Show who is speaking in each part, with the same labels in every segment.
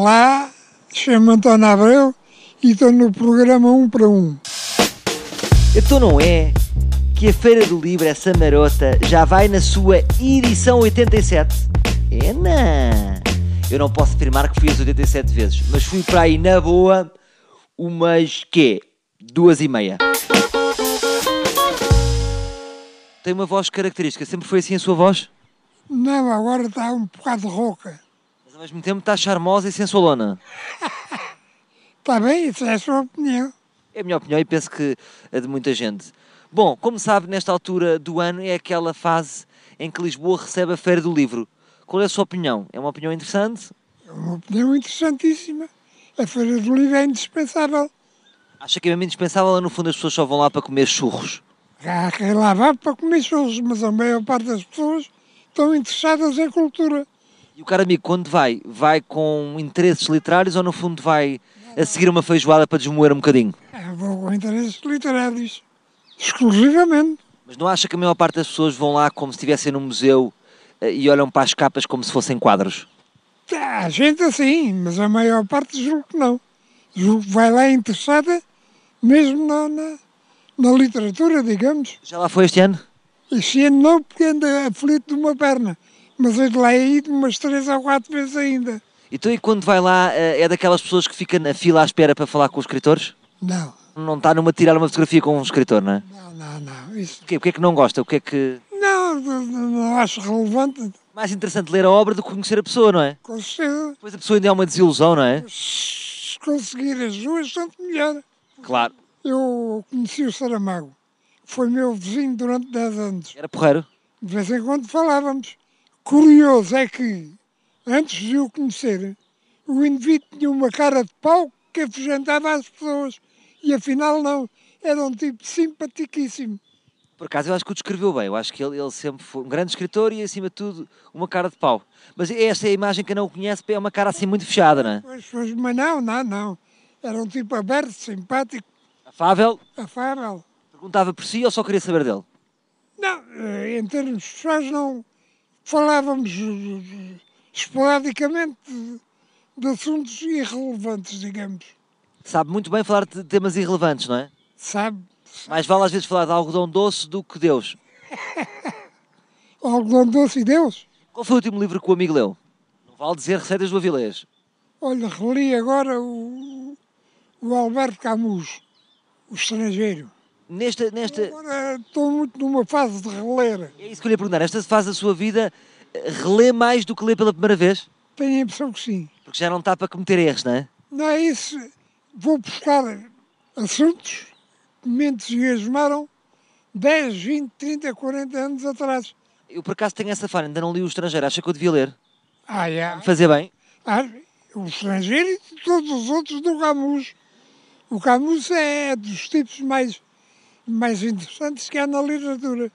Speaker 1: Olá, chamo Antônio Abreu e estou no programa 1 para 1.
Speaker 2: Então não é que a Feira do Livro, essa marota, já vai na sua edição 87? É não! Eu não posso afirmar que fui as 87 vezes, mas fui para aí na boa umas, quê? Duas e meia. Tem uma voz característica, sempre foi assim a sua voz?
Speaker 1: Não, agora está um bocado rouca.
Speaker 2: Mas ao mesmo tempo está charmosa e sensualona.
Speaker 1: Está bem, isso é a sua opinião.
Speaker 2: É a minha opinião e penso que a de muita gente. Bom, como sabe, nesta altura do ano é aquela fase em que Lisboa recebe a Feira do Livro. Qual é a sua opinião? É uma opinião interessante?
Speaker 1: É uma opinião interessantíssima. A Feira do Livro é indispensável.
Speaker 2: Acha que é mesmo indispensável ou no fundo as pessoas só vão lá para comer churros?
Speaker 1: Há quem lá vá para comer solos, mas a maior parte das pessoas estão interessadas em cultura.
Speaker 2: E o cara amigo, quando vai, vai com interesses literários ou no fundo vai a seguir uma feijoada para desmoer um bocadinho?
Speaker 1: Eu Ah, vou com interesses literários. Exclusivamente.
Speaker 2: Mas não acha que a maior parte das pessoas vão lá como se estivessem num museu eh, e olham para as capas como se fossem quadros?
Speaker 1: Há gente assim, mas a maior parte julgo que não. Julgo que vai lá interessada mesmo na, na, na literatura, digamos.
Speaker 2: Já lá foi este ano?
Speaker 1: Este ano não, porque anda aflito de uma perna. Mas eu de lá é ido umas três ou quatro vezes ainda.
Speaker 2: Então e quando vai lá eh, é daquelas pessoas que fica na fila à espera para falar com os escritores?
Speaker 1: Não,
Speaker 2: Não está numa tirar uma fotografia com um escritor, não é?
Speaker 1: não, não, não. Isso
Speaker 2: Porquê? Porquê é que não gosta? O que é que...
Speaker 1: não, não, não acho relevante,
Speaker 2: Mais interessante ler a obra do que conhecer a pessoa, não é?
Speaker 1: com certeza.
Speaker 2: Depois a pessoa ainda é uma desilusão, não é?
Speaker 1: Se conseguir as duas, tanto melhor.
Speaker 2: Claro.
Speaker 1: Eu conheci o Saramago. Foi meu vizinho durante 10 anos.
Speaker 2: Era porreiro.
Speaker 1: De vez em quando falávamos. Curioso é que, antes de o conhecer, o indivíduo tinha uma cara de pau que afugentava as pessoas. E afinal, não. Era um tipo simpaticíssimo.
Speaker 2: Por acaso eu acho que o descreveu bem. Eu acho que ele, ele sempre foi um grande escritor e, acima de tudo, uma cara de pau. Mas esta é a imagem que eu não o conhece, é uma cara assim muito fechada, não é?
Speaker 1: Pois, pois, mas não, não, não. Era um tipo aberto, simpático,
Speaker 2: Afável,
Speaker 1: afável.
Speaker 2: perguntava por si ou só queria saber dele?
Speaker 1: Não, eh, em termos pessoais não falávamos eh, esporadicamente de- de assuntos irrelevantes, digamos.
Speaker 2: Sabe muito bem falar de temas irrelevantes, não é?
Speaker 1: Sabe? Sabe?
Speaker 2: Mais vale às vezes falar de algodão doce do que Deus.
Speaker 1: O algodão doce e Deus.
Speaker 2: Qual foi o último livro que o amigo leu? Não vale dizer Receitas do Avilés.
Speaker 1: Olha, reli agora o, o Alberto Camus, o estrangeiro.
Speaker 2: Nesta, nesta,
Speaker 1: Agora estou muito numa fase de reler.
Speaker 2: é isso que eu lhe ia perguntar. Nesta fase da sua vida, eh, relê mais do que lê pela primeira vez?
Speaker 1: Tenho a impressão que sim.
Speaker 2: Porque já não está para cometer erros, não é?
Speaker 1: Não é isso. Vou buscar assuntos que me entusiasmaram 10, 20, 30, 40 anos atrás.
Speaker 2: Eu por acaso tenho essa falha, ainda não li o estrangeiro, acha que eu devia ler?
Speaker 1: Ah, é.
Speaker 2: Fazer bem.
Speaker 1: Ah, o estrangeiro e todos os outros do Camus. O Camus é dos tipos mais, mais interessantes que há na literatura.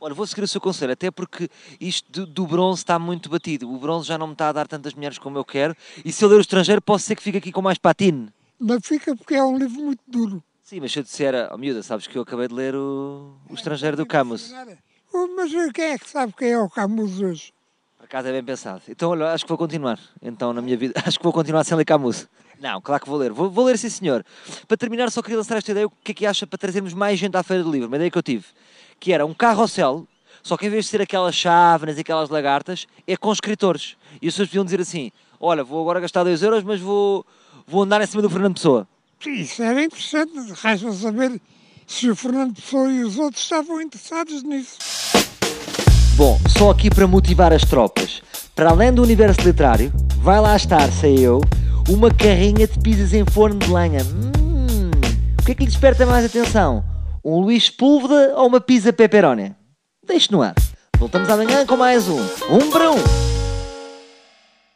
Speaker 2: Olha, vou seguir o seu conselho, até porque isto do, do bronze está muito batido. O bronze já não me está a dar tantas mulheres como eu quero. E se eu ler o estrangeiro, posso ser que fique aqui com mais patine.
Speaker 1: Não fica porque é um livro muito duro.
Speaker 2: Sim, mas se eu disser, oh miúda, sabes que eu acabei de ler o, o estrangeiro do Camus.
Speaker 1: Oh, Mas quem é que sabe quem é o Camus hoje?
Speaker 2: Por acaso é bem pensado. Então, olha, acho que vou continuar. Então, na minha vida, acho que vou continuar sem ler Camus. Não, claro que vou ler. Vou, vou ler, sim, senhor. Para terminar, só queria lançar esta ideia. O que é que acha para trazermos mais gente à Feira do Livro? Uma ideia que eu tive. Que era um carrossel, só que em vez de ser aquelas chávenas e aquelas lagartas, é com escritores. E as pessoas podiam dizer assim, olha, vou agora gastar 2 euros, mas vou, vou andar em cima do Fernando Pessoa.
Speaker 1: Isso era interessante. Resta saber se o Fernando Pessoa e os outros estavam interessados nisso.
Speaker 2: Bom, só aqui para motivar as tropas. Para além do universo literário, vai lá estar, sei eu, uma carrinha de pizzas em forno de lenha. Hum, o que é que lhe desperta mais atenção? Um Luís Púlveda ou uma pizza pepperoni? Deixe no ar. Voltamos amanhã com mais um. Um para um.